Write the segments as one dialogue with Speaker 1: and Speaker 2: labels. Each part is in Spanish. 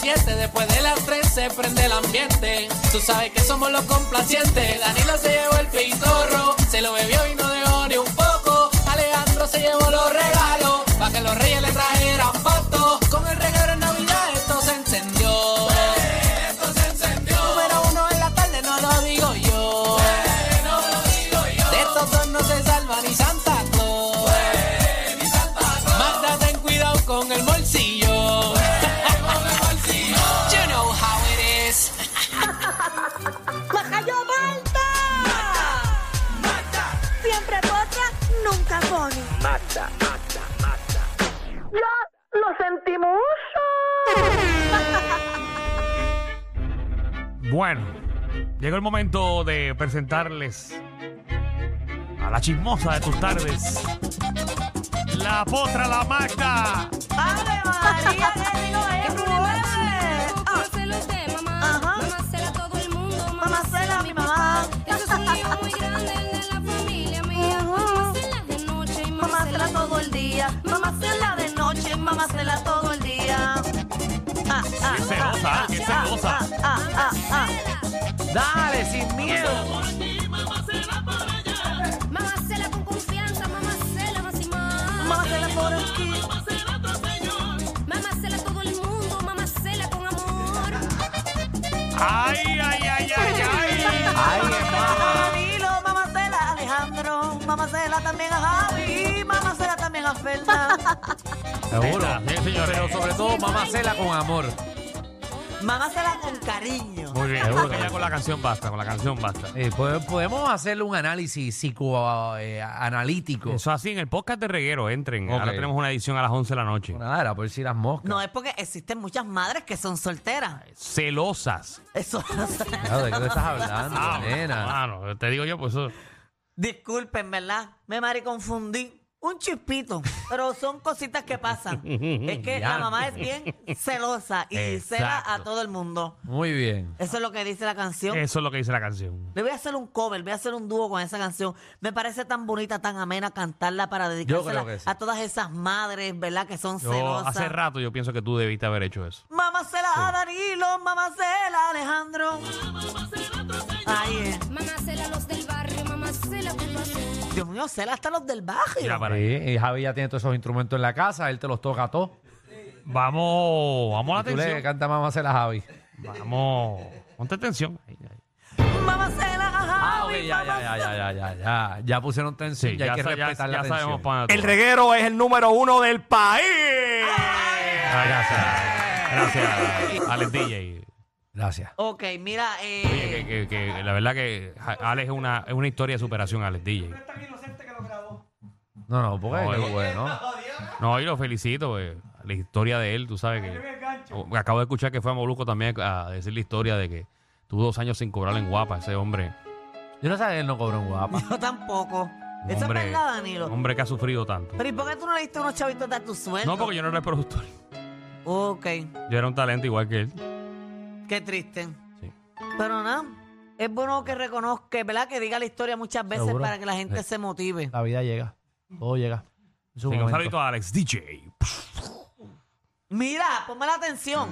Speaker 1: 7, después de las 3 se prende el ambiente. Tú sabes que somos los complacientes. Danilo se llevó el pitorro, se lo bebió y no dejó ni un poco. Alejandro se llevó los regalos, para que los reyes le trajeran fotos. Con el regalo en Navidad esto se encendió. esto se encendió. Número uno en la tarde, no lo digo yo. no lo digo yo. De estos dos no se salva ni Santa Claus. ni Santa Claus. Marta, ten cuidado con el bolsillo. You know how it is.
Speaker 2: ¡Majayo Malta! Siempre potra, nunca pone. ¡Ya lo sentimos!
Speaker 3: Bueno, llegó el momento de presentarles a la chismosa de tus tardes. La potra, la Magda.
Speaker 2: ¡Ave María, qué rico es,
Speaker 4: Mamá,
Speaker 2: Rubén! Ah,
Speaker 4: se lo usted, mamá.
Speaker 2: Ajá.
Speaker 4: Mamá, será todo el mundo.
Speaker 2: Mamá,
Speaker 4: Mamá,
Speaker 2: cela,
Speaker 4: será
Speaker 2: mi
Speaker 4: mi
Speaker 2: mamá.
Speaker 4: mamá. Eso es un lío muy grande, el de la familia mía.
Speaker 2: Ajá.
Speaker 4: Mamá, cela de noche y
Speaker 2: Mamá
Speaker 4: mamá,
Speaker 2: cela
Speaker 4: será
Speaker 2: todo el día, mamá cela de noche, mamá cela todo el día. Ah, ah,
Speaker 3: Qué celosa,
Speaker 2: ah,
Speaker 3: qué
Speaker 2: ah,
Speaker 3: celosa.
Speaker 2: ah, ah, ah, ah.
Speaker 5: Dale, sin miedo.
Speaker 4: Mamá, cela con confianza. Mamá, cela más y más.
Speaker 2: Mamá cela por aquí,
Speaker 4: Mamá, cela todo el mundo. Mamá, cela con amor.
Speaker 3: Ay, ay, ay, ay, ay.
Speaker 5: Ay, hermana.
Speaker 2: Danilo, mamá cela a Alejandro, mamá cela también a Javi, mamá cela también a Fernan.
Speaker 5: Seguro.
Speaker 3: Neta, sí, señores.
Speaker 5: Pero sobre todo, mamá cela con amor.
Speaker 2: mamá cela con cariño.
Speaker 3: Muy bien, seguro que ya con la canción basta, con la canción basta.
Speaker 5: Eh, po- podemos hacerle un análisis eh, psicoanalítico.
Speaker 3: Eso así en el podcast de Reguero, entren.
Speaker 5: Ok.
Speaker 3: Ahora tenemos una edición a las 11 de la noche.
Speaker 5: Nada, era por si las moscas.
Speaker 2: No, es porque existen muchas madres que son solteras.
Speaker 3: Celosas.
Speaker 2: Eso
Speaker 5: Claro, ¿De qué tú estás hablando, nena?
Speaker 3: Ah, no, te digo yo, pues eso.
Speaker 2: Disculpen, ¿verdad? Me mariconfundí. Un chispito, pero son cositas que pasan. Es que la
Speaker 5: Ya.
Speaker 2: mamá es bien celosa y
Speaker 3: Exacto.
Speaker 2: cela a todo el mundo.
Speaker 5: Muy bien.
Speaker 2: Eso es lo que dice la canción.
Speaker 3: Eso es lo que dice la canción.
Speaker 2: Le voy a hacer un cover, voy a hacer un dúo con esa canción. Me parece tan bonita, tan amena cantarla para dedicársela
Speaker 5: creo que sí.
Speaker 2: a todas esas madres, ¿verdad? Que son
Speaker 3: Yo,
Speaker 2: celosas.
Speaker 3: hace rato yo pienso que tú debiste haber hecho eso.
Speaker 2: Mamá cela a Danilo, mamá cela a Alejandro. Ay, eh.
Speaker 4: Mamá, cela los del barrio. Mamá, cela con los
Speaker 2: Dios mío, cela hasta los del barrio.
Speaker 3: Mira, para
Speaker 5: Sí, y Javi ya tiene todos esos instrumentos en la casa, él te los toca todos.
Speaker 3: Vamos, vamos a la
Speaker 5: Tú le
Speaker 3: atención.
Speaker 5: canta mamá cela a Javi.
Speaker 3: Vamos, ponte atención. Ay, ay.
Speaker 2: Mamá cela a
Speaker 5: Ah,
Speaker 2: Javi,
Speaker 5: ok, ya,
Speaker 2: mamá
Speaker 5: ya, ya, ya, ya, ya, ya. Ya pusieron tensión,
Speaker 3: Sí,
Speaker 5: ya, hay que
Speaker 3: sa-
Speaker 5: respetar
Speaker 3: ya
Speaker 5: la tensión.
Speaker 3: sabemos para
Speaker 6: El reguero es el número uno del país.
Speaker 3: Ah, Gracias. Gracias al DJ.
Speaker 5: Gracias.
Speaker 2: Ok, mira, eh,
Speaker 3: Oye, que, que- que la verdad que ja- Alex es una, es una historia de superación, Alex DJ.
Speaker 5: No, no, porque
Speaker 3: No,
Speaker 5: es
Speaker 3: eh.
Speaker 5: bueno.
Speaker 3: No, y lo felicito, pues, la historia de él, tú sabes que... o- Acabo de escuchar que fue a Molusco también a decir la historia de que tuvo dos años sin cobrar en guapa ese hombre.
Speaker 5: Yo no sabía que él no cobró un guapa.
Speaker 2: yo tampoco.
Speaker 3: Un
Speaker 2: Eso
Speaker 3: hombre,
Speaker 2: es verdad, Danilo.
Speaker 3: un hombre que ha sufrido tanto.
Speaker 2: Pero ¿y por qué tú no le diste unos chavitos de tu sueldo?
Speaker 3: No, porque yo no era el productor.
Speaker 2: Ok,
Speaker 3: Yo era un talento igual que él.
Speaker 2: qué triste.
Speaker 3: Sí.
Speaker 2: Pero nada, es bueno que reconozca, ¿verdad? Que diga la historia muchas veces
Speaker 5: Seguro.
Speaker 2: para que la gente
Speaker 5: Sí.
Speaker 2: se motive.
Speaker 5: La vida llega. Todo llega. En su
Speaker 3: Sí, un
Speaker 5: momento.
Speaker 3: saludito a Alex DJ.
Speaker 2: Mira, ponme la atención.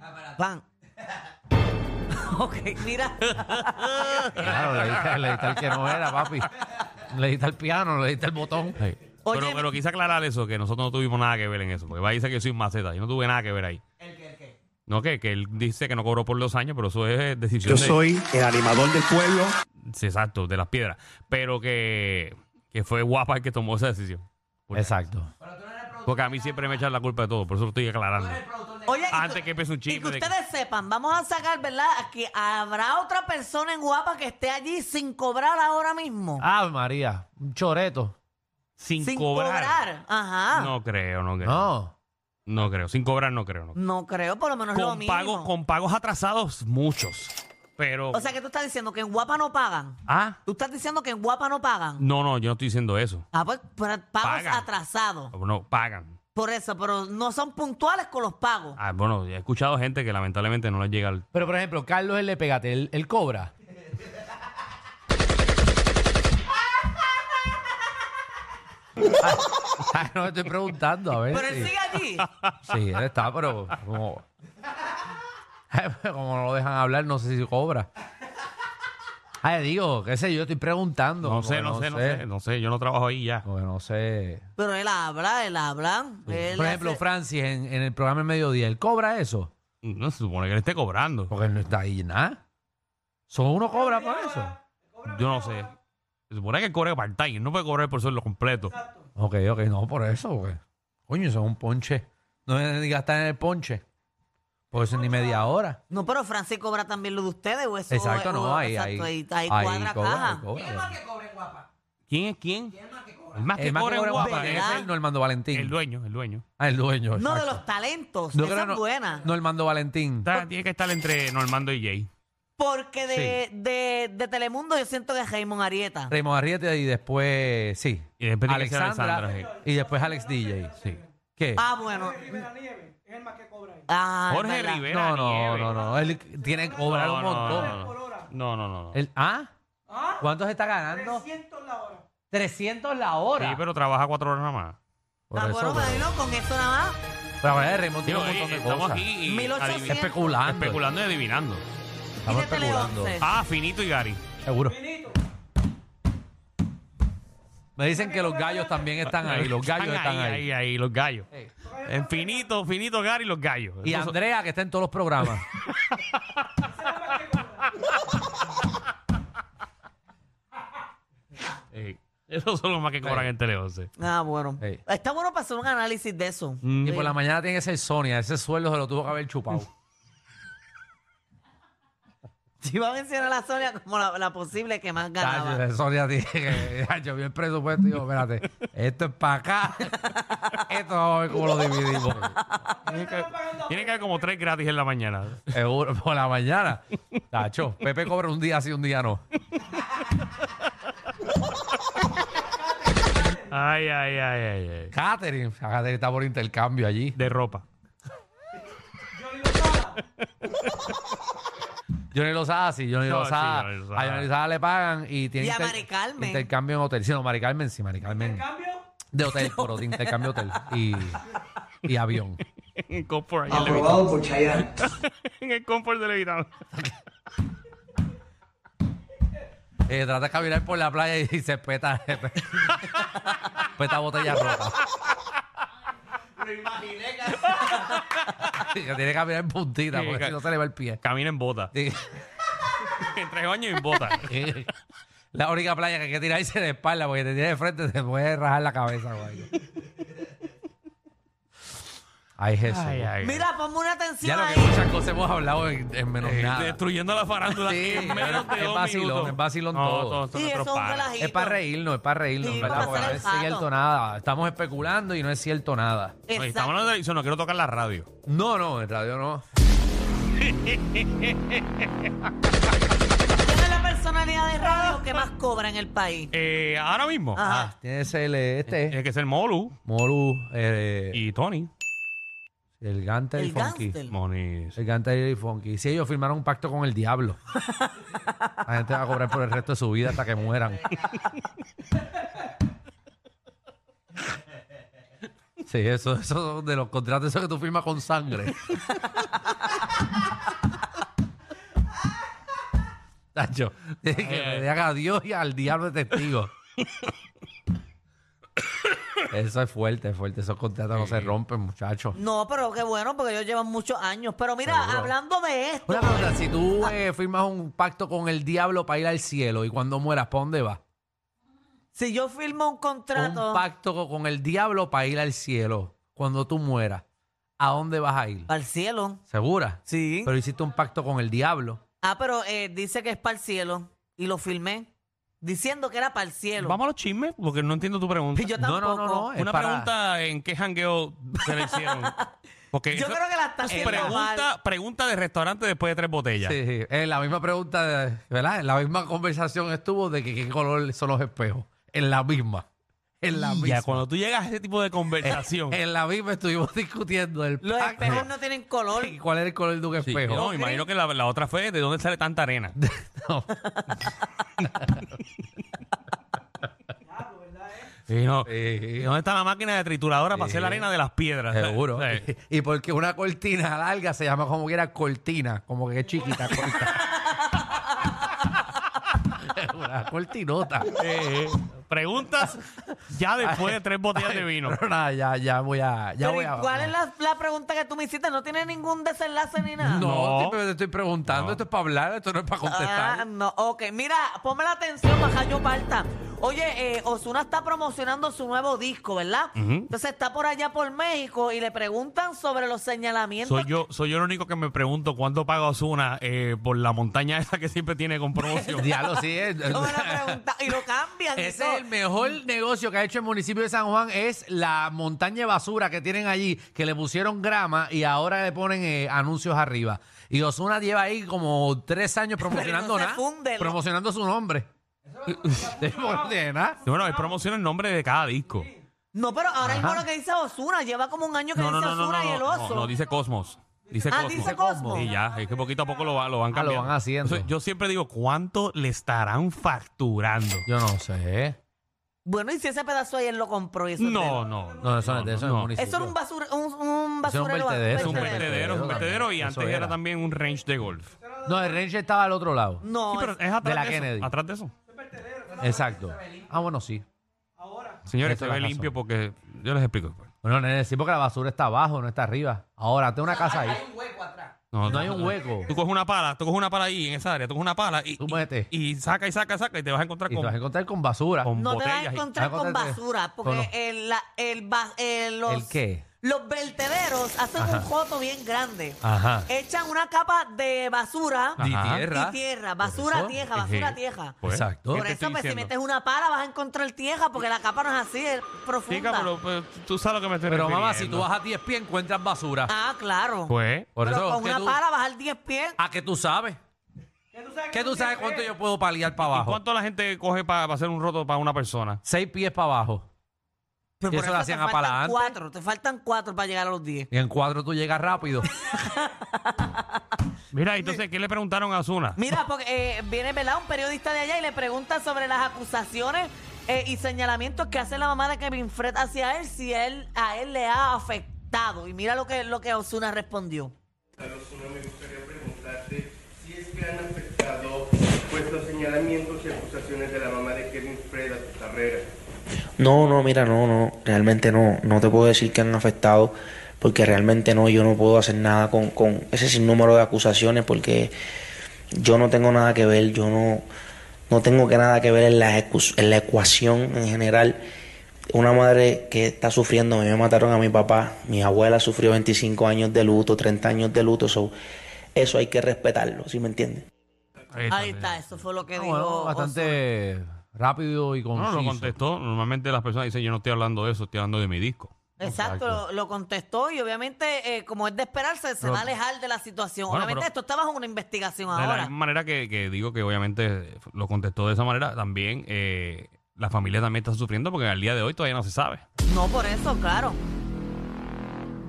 Speaker 3: Ah,
Speaker 2: Pan. ok, mira.
Speaker 5: Claro, le diste, le diste al que no era, papi. Le diste al piano, le diste al botón.
Speaker 3: Sí.
Speaker 2: Oye,
Speaker 3: pero, pero quise aclarar eso, que nosotros no tuvimos nada que ver en eso. Porque va a decir que yo soy un maceta. Yo no tuve nada que ver ahí. ¿El qué? No, que, que él dice que no cobró por dos años, pero eso es decisión
Speaker 6: Yo
Speaker 3: de-
Speaker 6: soy el animador del pueblo.
Speaker 3: Sí, exacto, de las piedras. Pero que, que fue guapa el que tomó esa decisión. Por-
Speaker 5: Exacto.
Speaker 3: Porque a mí siempre me echan la culpa de todo, por eso lo estoy aclarando.
Speaker 2: Oye, y que-
Speaker 3: Antes que empiece un
Speaker 2: Y que
Speaker 3: chisme. de-
Speaker 2: ustedes sepan, vamos a sacar, ¿verdad? Que habrá otra persona en Guapa que esté allí sin cobrar ahora mismo.
Speaker 5: Ave María, un choreto.
Speaker 3: sin,
Speaker 2: sin
Speaker 3: cobrar.
Speaker 2: Ajá. No.
Speaker 3: No creo, no creo. No.
Speaker 5: No.
Speaker 3: creo. Sin cobrar, no creo. No. creo.
Speaker 2: creo, por lo menos Ah, lo
Speaker 3: Con,
Speaker 2: mínimo.
Speaker 3: pagos, con pagos atrasados, muchos. Pero.
Speaker 2: O sea, que tú estás diciendo que en Guapa no pagan.
Speaker 3: ah,
Speaker 2: Tú estás diciendo que en Guapa no pagan.
Speaker 3: no, no, yo no estoy diciendo eso.
Speaker 2: Ah, pues pero pagos
Speaker 3: Pagan.
Speaker 2: atrasados.
Speaker 3: No, pagan.
Speaker 2: Por eso, pero no son puntuales con los pagos.
Speaker 3: Ah, bueno, he escuchado gente que lamentablemente no les llega el.
Speaker 5: Pero, por ejemplo, Carlos el de Pegate, él, él cobra. Ay, ay, no me estoy Ah, preguntando, a ver.
Speaker 2: Pero él
Speaker 5: si-
Speaker 2: sigue allí.
Speaker 5: Sí, él está, pero como Como no lo dejan hablar, no sé si cobra. Ay, digo, qué sé yo, estoy preguntando.
Speaker 3: No
Speaker 5: como
Speaker 3: sé,
Speaker 5: que
Speaker 3: no sé, no sé, no sé, yo no trabajo ahí ya.
Speaker 5: Como que no sé.
Speaker 2: Pero él habla, él habla. él
Speaker 5: Por ejemplo,
Speaker 2: hace-
Speaker 5: Francis, en, en el programa El Mediodía, ¿él cobra eso?
Speaker 3: No se supone que le esté cobrando.
Speaker 5: Porque él no está ahí nada. Solo uno cobra por eso.
Speaker 3: Yo no sé. Se supone que cobre part-time, no puede cobrar por sueldo completo.
Speaker 5: Ok, ok, no, por eso, porque- Coño, eso es un ponche. No me digas estar en el ponche. Por eso ni media hora.
Speaker 2: No, pero Francis cobra también lo de ustedes, o eso
Speaker 5: Exacto,
Speaker 2: o-
Speaker 5: no,
Speaker 2: o-
Speaker 5: ahí, ahí.
Speaker 2: exacto, ahí, cuadra
Speaker 5: cobra,
Speaker 2: caja.
Speaker 5: ahí cobra.
Speaker 3: ¿Quién es quién? ¿Quién es más que cobra? El más
Speaker 5: El más que cobra en Guapa
Speaker 2: Guapa,
Speaker 5: es
Speaker 2: ¿verdad?
Speaker 5: el Normando Valentín.
Speaker 3: El dueño, el dueño.
Speaker 5: Ah, el dueño.
Speaker 2: No, de
Speaker 5: exacto.
Speaker 2: los talentos.
Speaker 5: Yo
Speaker 2: esa
Speaker 5: creo
Speaker 2: es
Speaker 5: no-
Speaker 2: buena.
Speaker 5: Normando Valentín.
Speaker 3: Está- tiene que estar entre Normando y Jay.
Speaker 2: Porque de, de, de Telemundo yo siento que es Raymond Arieta.
Speaker 5: Raymond Arrieta y después, sí.
Speaker 3: Y después tiene que ser
Speaker 5: Alexandra.
Speaker 3: Alexandra,
Speaker 5: Y después Alex DJ. Sí. ¿Qué?
Speaker 2: Ah, bueno. Jorge Rivera Nieves es el más que cobra ahí. Ah, es
Speaker 3: Jorge
Speaker 2: verdad.
Speaker 3: Rivera.
Speaker 5: no, no,
Speaker 3: Nieves.
Speaker 5: no, no. Él tiene que cobrar
Speaker 3: No,
Speaker 5: un
Speaker 3: no,
Speaker 5: montón.
Speaker 3: no, No, no, no. no, no.
Speaker 5: Él- ¿Ah? ¿Cuánto se está ganando? 300 la hora. 300 la hora.
Speaker 3: Sí, pero trabaja cuatro horas nada más.
Speaker 5: Por
Speaker 2: Ah,
Speaker 5: eso,
Speaker 2: bueno,
Speaker 5: pero-
Speaker 2: bueno, con eso nada más.
Speaker 5: Pero ahora Raymond tiene un
Speaker 3: Digo,
Speaker 5: montón
Speaker 3: eh,
Speaker 5: de
Speaker 3: estamos
Speaker 5: cosas.
Speaker 3: aquí y
Speaker 2: 1800.
Speaker 3: adivinando.
Speaker 5: Especulando.
Speaker 3: Especulando y adivinando.
Speaker 5: Estamos
Speaker 2: Y de Tele
Speaker 5: especulando.
Speaker 2: 11.
Speaker 3: Ah, Finito y Gary.
Speaker 5: Seguro. Me dicen que los gallos también están ahí. Los gallos están ahí.
Speaker 3: ahí, ahí, los gallos.
Speaker 5: Eh.
Speaker 3: En Finito, Finito, Gary, los gallos.
Speaker 5: Y
Speaker 3: Esos son-
Speaker 5: Andrea, que está en todos los programas.
Speaker 3: eh, esos son los más que cobran
Speaker 5: Eh.
Speaker 3: en Tele 11.
Speaker 2: Ah, bueno.
Speaker 5: Sí.
Speaker 2: Está bueno para hacer un análisis de eso.
Speaker 5: Mm. Y por la mañana tiene que ser Sonia. Ese sueldo se lo tuvo que haber chupado.
Speaker 2: Yo iba a mencionar a Sonia como la, la posible que más ganaba.
Speaker 5: Tacho, Sonia tiene que. Tacho, vi el presupuesto y digo, espérate, esto es para acá. Esto vamos a ver cómo lo dividimos.
Speaker 3: Tienen que, tienen que haber como tres gratis en la mañana.
Speaker 5: Seguro, por la mañana. Tacho, Pepe cobra un día sí, un día no.
Speaker 3: Ay, ay, ay, ay, ay.
Speaker 5: Catherine, o sea, Catherine está por intercambio allí.
Speaker 3: De ropa.
Speaker 5: Johnny Lozada, sí, Johnny
Speaker 3: No,
Speaker 5: Lozada.
Speaker 3: sí, Johnny Lozada.
Speaker 5: a Johnny Lozada le pagan y tiene
Speaker 2: Y a
Speaker 5: inter-
Speaker 2: Mari Carmen.
Speaker 5: intercambio en hotel. Sí, no, Mari Carmen, sí, Mari Carmen. ¿Intercambio? De hotel, pero de intercambio hotel y, y avión.
Speaker 3: En el confort. ahí en Levitown.
Speaker 7: Aprobado por Chayanne.
Speaker 3: En el confort de Levitown.
Speaker 5: Eh, trata de caminar por la playa y se peta, peta botella rota. Lo imaginé que tiene que caminar en puntita
Speaker 3: Sí,
Speaker 5: porque
Speaker 3: ca-
Speaker 5: si no se le va el pie.
Speaker 3: Camina en bota.
Speaker 5: Sí.
Speaker 3: Entre baños y en bota.
Speaker 5: La única playa que hay que tirarse de espalda porque te tiras de frente te puede rajar la cabeza, güey. Ay, Jesús.
Speaker 3: Ay, ay.
Speaker 2: Mira, ponme una atención
Speaker 5: eh. Ya lo
Speaker 2: ahí.
Speaker 5: que muchas cosas hemos hablado en, en menos
Speaker 3: Eh,
Speaker 5: nada.
Speaker 3: Destruyendo la farándula
Speaker 5: Sí,
Speaker 3: en menos de
Speaker 5: es
Speaker 3: dos
Speaker 5: vacilón,
Speaker 3: minutos.
Speaker 5: es vacilón
Speaker 3: No,
Speaker 5: todo.
Speaker 3: todos son
Speaker 2: Sí,
Speaker 3: nuestros
Speaker 2: eso es un
Speaker 3: panas.
Speaker 2: relajito.
Speaker 5: Es para reírnos, es para reírnos,
Speaker 2: Sí,
Speaker 5: ¿verdad?
Speaker 2: para
Speaker 5: Porque no
Speaker 2: pasar
Speaker 5: es
Speaker 2: el rato.
Speaker 5: cierto nada. Estamos especulando y no es cierto nada.
Speaker 3: Oye,
Speaker 2: Exacto.
Speaker 3: Estamos hablando de televisión, no quiero tocar la radio.
Speaker 5: No, no, en radio no.
Speaker 2: ¿Quién es la personalidad de radio que más cobra en el país?
Speaker 3: Eh, ahora mismo.
Speaker 2: Ajá.
Speaker 5: Tiene que ser eh, este,
Speaker 3: Tiene que ser Molu
Speaker 5: Molu, eh,
Speaker 3: y Tony.
Speaker 5: el Gante y
Speaker 2: el
Speaker 5: Funky.
Speaker 2: gánster.
Speaker 3: Moni.
Speaker 5: El Gante y Funky. Si ellos firmaron un pacto con el diablo. La gente va a cobrar por el resto de su vida hasta que mueran. Sí, eso, eso son de los contratos esos que tú firmas con sangre. Tacho, tienes que me digan a Dios y al diablo de testigo. Eso es fuerte, es fuerte. Esos contratos no se rompen, muchachos.
Speaker 2: No, pero qué bueno, porque ellos llevan muchos años. Pero mira, hablando de esto,
Speaker 5: Una pregunta, si tú eh, firmas un pacto con el diablo para ir al cielo y cuando mueras, ¿para dónde vas?
Speaker 2: si yo firmo un contrato
Speaker 5: Un
Speaker 2: para
Speaker 5: pacto co- con el diablo para ir al cielo cuando tú mueras, ¿a dónde vas a ir?
Speaker 2: el cielo.
Speaker 5: ¿Segura?
Speaker 2: Sí.
Speaker 5: Pero hiciste un pacto con el diablo.
Speaker 2: Ah, pero eh, dice que es para el cielo. Y lo firmé diciendo que era para el cielo.
Speaker 3: Vamos a los chismes, porque no entiendo tu pregunta.
Speaker 2: Y yo
Speaker 5: No, no,
Speaker 2: tampoco.
Speaker 5: no, no. es
Speaker 3: Una
Speaker 5: para-
Speaker 3: pregunta en qué jangueo se le hicieron. Porque
Speaker 2: Yo
Speaker 3: eso-
Speaker 2: creo que la está haciendo mal.
Speaker 3: pregunta, pregunta de restaurante después de tres botellas.
Speaker 5: Sí, sí. Eh, la misma pregunta, de- ¿verdad? En la misma conversación estuvo de que qué color son los espejos. En la misma. En la
Speaker 3: Y ya
Speaker 5: misma.
Speaker 3: cuando tú llegas a ese tipo de conversación,
Speaker 2: Eh,
Speaker 5: En la misma estuvimos discutiendo el
Speaker 2: Los
Speaker 5: pacto.
Speaker 2: espejos no tienen color.
Speaker 5: y ¿Cuál era el color de un
Speaker 2: eh,
Speaker 3: Sí,
Speaker 5: espejo?
Speaker 3: no, me imagino que la, la otra fue de dónde sale tanta arena.
Speaker 5: No.
Speaker 3: Y no,
Speaker 5: Sí.
Speaker 3: ¿y ¿Dónde está la máquina de trituradora para hacer la arena de las piedras?
Speaker 5: Seguro.
Speaker 3: Sí.
Speaker 5: Y porque una cortina larga se llama como quiera cortina, como que es chiquita, corta. una cortinota.
Speaker 3: Eh, eh, preguntas ya después de tres botellas de vino.
Speaker 5: Pero nada, ya, ya voy a. Ya
Speaker 2: Pero
Speaker 5: voy
Speaker 2: ¿y
Speaker 5: a
Speaker 2: ¿Cuál es la, la pregunta que tú me hiciste? No tiene ningún desenlace ni nada.
Speaker 5: No,
Speaker 3: No.
Speaker 5: sí, pero te estoy preguntando. Esto es para hablar, esto no es para contestar.
Speaker 2: Ah, no, ok. Mira, ponme la atención, Majayo Parta. Oye, eh, Osuna está promocionando su nuevo disco, ¿verdad? Entonces está por allá por México y le preguntan sobre los señalamientos.
Speaker 3: Soy yo, soy yo el único que me pregunto cuánto paga Osuna eh, por la montaña esa que siempre tiene con promoción.
Speaker 5: Diablo, sí es.
Speaker 2: Sobre la pregunta- y lo cambian. y
Speaker 5: Ese
Speaker 2: todo.
Speaker 5: es el mejor negocio que ha hecho el municipio de San Juan, es la montaña de basura que tienen allí, que le pusieron grama y ahora le ponen eh, anuncios arriba. Y Osuna lleva ahí como tres años promocionando
Speaker 2: no se
Speaker 5: nada,
Speaker 2: funde, ¿no?
Speaker 5: promocionando su nombre. Sí, no tiene nada.
Speaker 3: bueno, él promociona el nombre de cada disco.
Speaker 2: No, pero ahora mismo lo que dice Osuna, lleva como un año que
Speaker 3: No, no,
Speaker 2: dice
Speaker 3: no, no,
Speaker 2: Osuna
Speaker 3: no,
Speaker 2: y el
Speaker 3: no,
Speaker 2: oso.
Speaker 3: no, dice Cosmos. Dice
Speaker 2: Ah,
Speaker 3: Cosmos.
Speaker 2: dice Cosmos.
Speaker 3: Y ya, es que poquito a poco lo, va- lo van
Speaker 5: Ah, lo
Speaker 3: cambiando.
Speaker 5: van haciendo.
Speaker 3: Entonces, yo siempre digo, ¿cuánto le estarán facturando?
Speaker 5: Yo no sé.
Speaker 2: Bueno, y si ese pedazo ayer lo compró y eso es de-
Speaker 3: No, no.
Speaker 5: No, eso no es de eso, es
Speaker 3: no.
Speaker 5: municipio.
Speaker 2: Eso era un basura, un, un
Speaker 5: Eso es un
Speaker 2: basurero.
Speaker 5: vertedero.
Speaker 3: Es un
Speaker 5: Eso era.
Speaker 3: vertedero, es un vertedero y
Speaker 5: Eso
Speaker 3: antes era
Speaker 5: era.
Speaker 3: también un range de golf.
Speaker 5: No, el Ranger estaba al otro lado.
Speaker 2: No,
Speaker 3: Sí, pero
Speaker 2: es-
Speaker 3: es atrás
Speaker 5: de la
Speaker 3: eso,
Speaker 5: Kennedy.
Speaker 3: Atrás de eso.
Speaker 5: Exacto. Ah, bueno, sí.
Speaker 3: Señores, se
Speaker 5: Esa es la
Speaker 3: ve
Speaker 5: razón.
Speaker 3: limpio porque yo les explico pues. después.
Speaker 5: Bueno, nene, sí, porque la basura está abajo, no está arriba. Ahora, tengo una casa ahí. No hay un hueco.
Speaker 3: Tú coges una pala, tú coges una pala ahí en esa área, tú coges una pala y,
Speaker 5: Tú métete.
Speaker 3: y, y saca y saca y saca y te vas a encontrar
Speaker 5: Y te
Speaker 3: con.
Speaker 5: vas a encontrar con basura.
Speaker 3: con-
Speaker 2: no te vas a
Speaker 3: botellas y-
Speaker 2: encontrar
Speaker 5: Ah,
Speaker 2: con
Speaker 5: con-
Speaker 2: basura, porque
Speaker 5: con los-
Speaker 2: el, la- el ba- eh, los,
Speaker 5: ¿El qué?
Speaker 2: los vertederos hacen un joto bien grande.
Speaker 5: Ajá.
Speaker 2: Echan una capa de basura
Speaker 3: Ajá.
Speaker 5: Y tierra.
Speaker 2: y tierra, basura
Speaker 5: eso,
Speaker 2: tieja, basura
Speaker 3: Ejé.
Speaker 2: tieja.
Speaker 3: Pues,
Speaker 5: Exacto.
Speaker 3: ¿qué
Speaker 2: Por
Speaker 3: te
Speaker 2: eso,
Speaker 3: estoy
Speaker 2: pues, si
Speaker 3: diciendo?
Speaker 2: metes una pala, vas a encontrar tieja, porque la capa no es así, es profunda.
Speaker 3: Chica, pero pues, tú sabes lo que me estoy
Speaker 5: Pero mamá, si
Speaker 3: refiriendo.
Speaker 5: tú vas a 10 pies, encuentras basura.
Speaker 2: Ah, claro.
Speaker 3: Pues,
Speaker 5: Por
Speaker 2: pero
Speaker 5: eso
Speaker 2: con
Speaker 5: que
Speaker 2: una
Speaker 5: tú- Ah,
Speaker 2: pala vas al 10 pies.
Speaker 5: ¿A que tú sabes? ¿Qué tú sabes cuánto yo puedo paliar para
Speaker 3: ¿y
Speaker 5: abajo?
Speaker 3: cuánto la gente coge para hacer un roto para una persona?
Speaker 5: Seis pies para abajo.
Speaker 2: Pero
Speaker 5: y
Speaker 2: por
Speaker 5: eso lo
Speaker 2: te
Speaker 5: hacían a
Speaker 2: faltan
Speaker 5: pala antes.
Speaker 2: cuatro, te faltan cuatro para llegar a los 10.
Speaker 5: Y en cuatro tú llegas rápido.
Speaker 3: Mira, entonces, ¿qué le preguntaron a Osuna?
Speaker 2: Mira, porque eh, viene ¿verdad? un periodista de allá y le pregunta sobre las acusaciones eh, y señalamientos que hace la mamá de Kevin Fred hacia él, si él a él le ha afectado. Y mira lo que, lo que Osuna respondió.
Speaker 7: Osuna, me gustaría preguntarte si es que han afectado pues, los señalamientos y acusaciones de la mamá de Kevin Fred a tu carrera.
Speaker 8: No, no, mira, no, no, realmente no, no te puedo decir que han afectado, porque realmente no, yo no puedo hacer nada con, con ese sinnúmero de acusaciones, porque yo no tengo nada que ver, yo no, no tengo que nada que ver en la, ecu- en la ecuación en general. Una madre que está sufriendo, a mí me mataron a mi papá, mi abuela sufrió 25 años de luto, 30 años de luto, so, eso hay que respetarlo, ¿sí me entiendes?
Speaker 2: Ahí está, eso fue lo que
Speaker 5: Ah,
Speaker 2: dijo.
Speaker 5: bueno, bastante rápido y
Speaker 3: No,
Speaker 5: conciso.
Speaker 3: lo contestó. Normalmente las personas dicen, yo no estoy hablando de eso, estoy hablando de mi disco.
Speaker 2: Ozuna. Exacto, lo, lo contestó y obviamente, eh, como es de esperarse, se va a alejar de la situación.
Speaker 3: Bueno,
Speaker 2: obviamente,
Speaker 3: pero-
Speaker 2: esto está bajo una investigación
Speaker 3: De la
Speaker 2: ahora.
Speaker 3: misma manera que, que digo que obviamente lo contestó de esa manera, también eh, la familia también está sufriendo porque al día de hoy todavía no se sabe.
Speaker 2: No por eso, claro.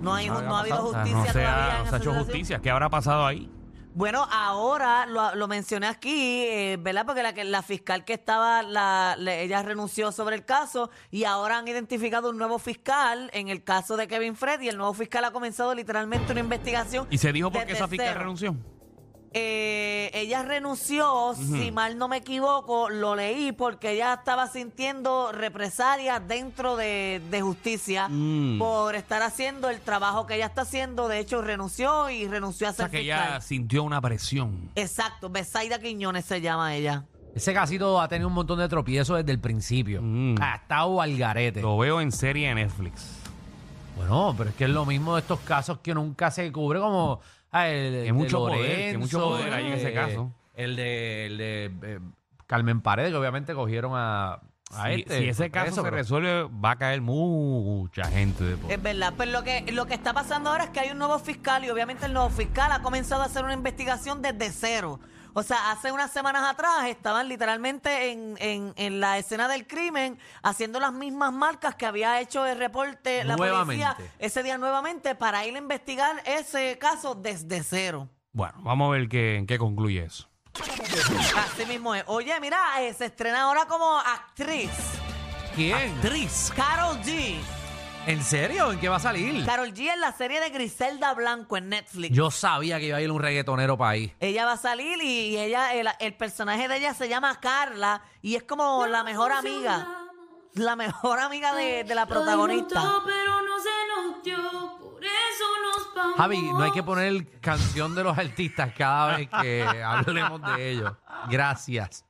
Speaker 2: No, hay,
Speaker 3: No
Speaker 2: no,
Speaker 3: ha
Speaker 2: ha habido
Speaker 3: pasado.
Speaker 2: justicia
Speaker 3: no se
Speaker 2: todavía.
Speaker 3: ha,
Speaker 2: en
Speaker 3: no se ha
Speaker 2: esa
Speaker 3: hecho
Speaker 2: situación.
Speaker 3: justicia. ¿Qué habrá pasado ahí?
Speaker 2: Bueno, ahora lo, lo mencioné aquí, eh, ¿verdad? Porque la, que- la fiscal que estaba, la, le- ella renunció sobre el caso y ahora han identificado un nuevo fiscal en el caso de Kevin Fred y el nuevo fiscal ha comenzado literalmente una investigación.
Speaker 3: Y se dijo por qué
Speaker 2: desde
Speaker 3: esa fiscal
Speaker 2: cero.
Speaker 3: renunció.
Speaker 2: Eh, ella renunció, si mal no me equivoco, lo leí porque ella estaba sintiendo represalias dentro de, de justicia
Speaker 3: Mm.
Speaker 2: por estar haciendo el trabajo que ella está haciendo. De hecho, renunció y renunció a
Speaker 3: O sea,
Speaker 2: ser
Speaker 3: que
Speaker 2: fiscal.
Speaker 3: ella sintió una presión.
Speaker 2: Exacto, Besaida Quiñones se llama ella.
Speaker 5: Ese casito ha tenido un montón de tropiezos desde el principio.
Speaker 3: Mm.
Speaker 5: Ha estado al garete.
Speaker 3: Lo veo en serie en Netflix.
Speaker 5: Bueno, pero es que es lo mismo de estos casos que nunca se cubre como ah, el,
Speaker 3: Que
Speaker 5: de
Speaker 3: mucho poder, que mucho poder hay en
Speaker 5: eh,
Speaker 3: ese caso.
Speaker 5: El de, el de, eh, Carmen Paredes, que obviamente cogieron a, a
Speaker 3: si,
Speaker 5: este.
Speaker 3: si ese caso
Speaker 5: preso,
Speaker 3: se
Speaker 5: pero-
Speaker 3: resuelve, va a caer mucha gente de por-
Speaker 2: Es verdad, pero lo que, lo que está pasando ahora es que hay un nuevo fiscal y obviamente el nuevo fiscal ha comenzado a hacer una investigación desde cero. O sea, hace unas semanas atrás estaban literalmente en, en- en la escena del crimen haciendo las mismas marcas que había hecho el reporte la policía
Speaker 5: Nuevamente.
Speaker 2: ese día nuevamente para ir a investigar ese caso desde cero.
Speaker 3: Bueno, vamos a ver qué, en qué concluye eso.
Speaker 2: Así mismo es. Oye, mira, eh, se estrena ahora como actriz
Speaker 5: ¿Quién?
Speaker 3: Ah, Actriz.
Speaker 2: Carol G.
Speaker 5: ¿En serio? ¿En qué va a salir?
Speaker 2: Carol G es la serie de Griselda Blanco en Netflix.
Speaker 5: Yo sabía que iba a ir un reggaetonero para ahí.
Speaker 2: Ella va a salir y ella, el, el personaje de ella se llama Carla y es como la mejor amiga. La mejor amiga de, de la protagonista.
Speaker 4: pero no se nos dio, por eso nos vamos.
Speaker 5: Javi, no hay que poner canción de los artistas cada vez que hablemos de ellos. Gracias.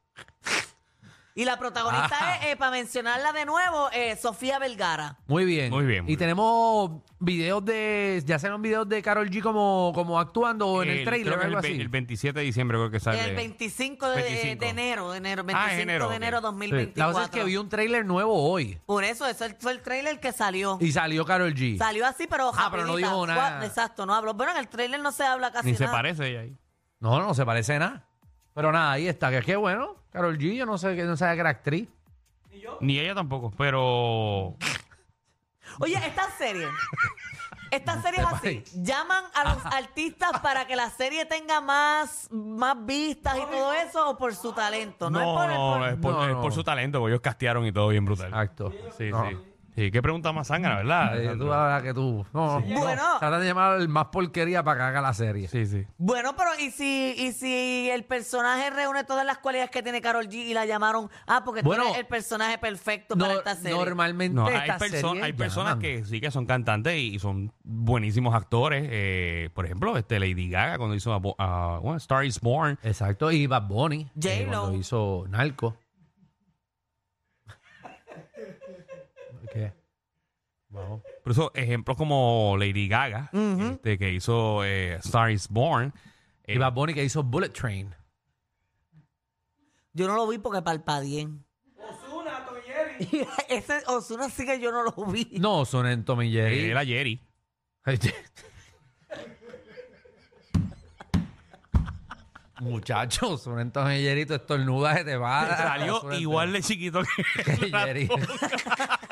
Speaker 2: Y la protagonista
Speaker 5: Ah.
Speaker 2: es, eh, para mencionarla de nuevo, eh, Sofía Vergara.
Speaker 5: Muy bien.
Speaker 3: Muy bien, muy
Speaker 5: y
Speaker 3: bien.
Speaker 5: tenemos videos de, ya sean videos de Carol G como, como actuando o en el, trailer
Speaker 3: creo
Speaker 5: o
Speaker 3: que
Speaker 5: algo
Speaker 3: el, ve-
Speaker 5: así.
Speaker 3: el 27 de diciembre creo que sale.
Speaker 2: El 25 de,
Speaker 3: 25.
Speaker 2: de enero, de enero, 25
Speaker 3: Ah, es enero,
Speaker 2: de
Speaker 3: ok.
Speaker 2: enero
Speaker 3: Sí.
Speaker 5: La
Speaker 2: 2024.
Speaker 5: cosa es que vi un trailer nuevo hoy
Speaker 2: Por eso, ese fue el trailer que salió.
Speaker 5: y salió Carol G.
Speaker 2: Salió así, pero
Speaker 5: Ah, pero no
Speaker 2: rapidita.
Speaker 5: dijo nada.
Speaker 2: Gua- Exacto, no habló. Bueno, en el trailer no se habla casi
Speaker 3: Ni se
Speaker 2: nada.
Speaker 3: parece ella ahí.
Speaker 5: No, no se parece a nada. Pero nada, ahí está. Que qué bueno. Carol G, yo no sé que no sabía que era actriz.
Speaker 3: Ni ella tampoco, pero.
Speaker 2: Oye, esta serie. Esta serie es así. Llaman a los artistas para que la serie tenga más, más vistas y todo eso o por su talento. No, es por el- por-
Speaker 3: es por,
Speaker 5: No,
Speaker 3: es
Speaker 5: no.
Speaker 3: por su talento, porque ellos castearon y todo bien brutal.
Speaker 5: Exacto.
Speaker 3: Sí,
Speaker 5: No.
Speaker 3: sí. Sí, qué pregunta más sangra, ¿verdad?
Speaker 5: Eh, tú,
Speaker 3: Alejandro?
Speaker 5: la verdad que tú. No, no,
Speaker 2: Bueno.
Speaker 5: Tratan de llamar al más porquería para que haga la serie.
Speaker 3: Sí, sí.
Speaker 2: Bueno, pero ¿y si, ¿y si el personaje reúne todas las cualidades que tiene Carol G y la llamaron? Ah, porque
Speaker 5: Bueno,
Speaker 2: tú eres el personaje perfecto
Speaker 5: No-
Speaker 2: para esta serie.
Speaker 5: normalmente
Speaker 3: No, hay,
Speaker 5: estas
Speaker 3: perso-
Speaker 5: series
Speaker 3: hay personas
Speaker 5: llaman.
Speaker 3: que sí que son cantantes y son buenísimos actores. eh, por ejemplo, este Lady Gaga cuando hizo a, Bo- a- bueno, Star is Born.
Speaker 5: Exacto, y Bad Bunny.
Speaker 2: J-Lo.
Speaker 5: eh, cuando hizo Narco. ¿Qué? Wow.
Speaker 3: Por eso, ejemplos como Lady Gaga, este, que hizo eh, Star is Born. eh,
Speaker 5: Y Bad Bunny que hizo Bullet Train.
Speaker 2: Yo no lo vi porque palpadeé. Osuna, Ese Osuna sí que yo no lo vi.
Speaker 5: No, son en Tom y
Speaker 3: eh,
Speaker 5: Jerry.
Speaker 3: era Jerry.
Speaker 5: Muchachos, son en Tom y Jerry, tú estornudas y te va a-
Speaker 3: Salió
Speaker 5: Son en
Speaker 3: igual de chiquito que
Speaker 5: Tom y Jerry.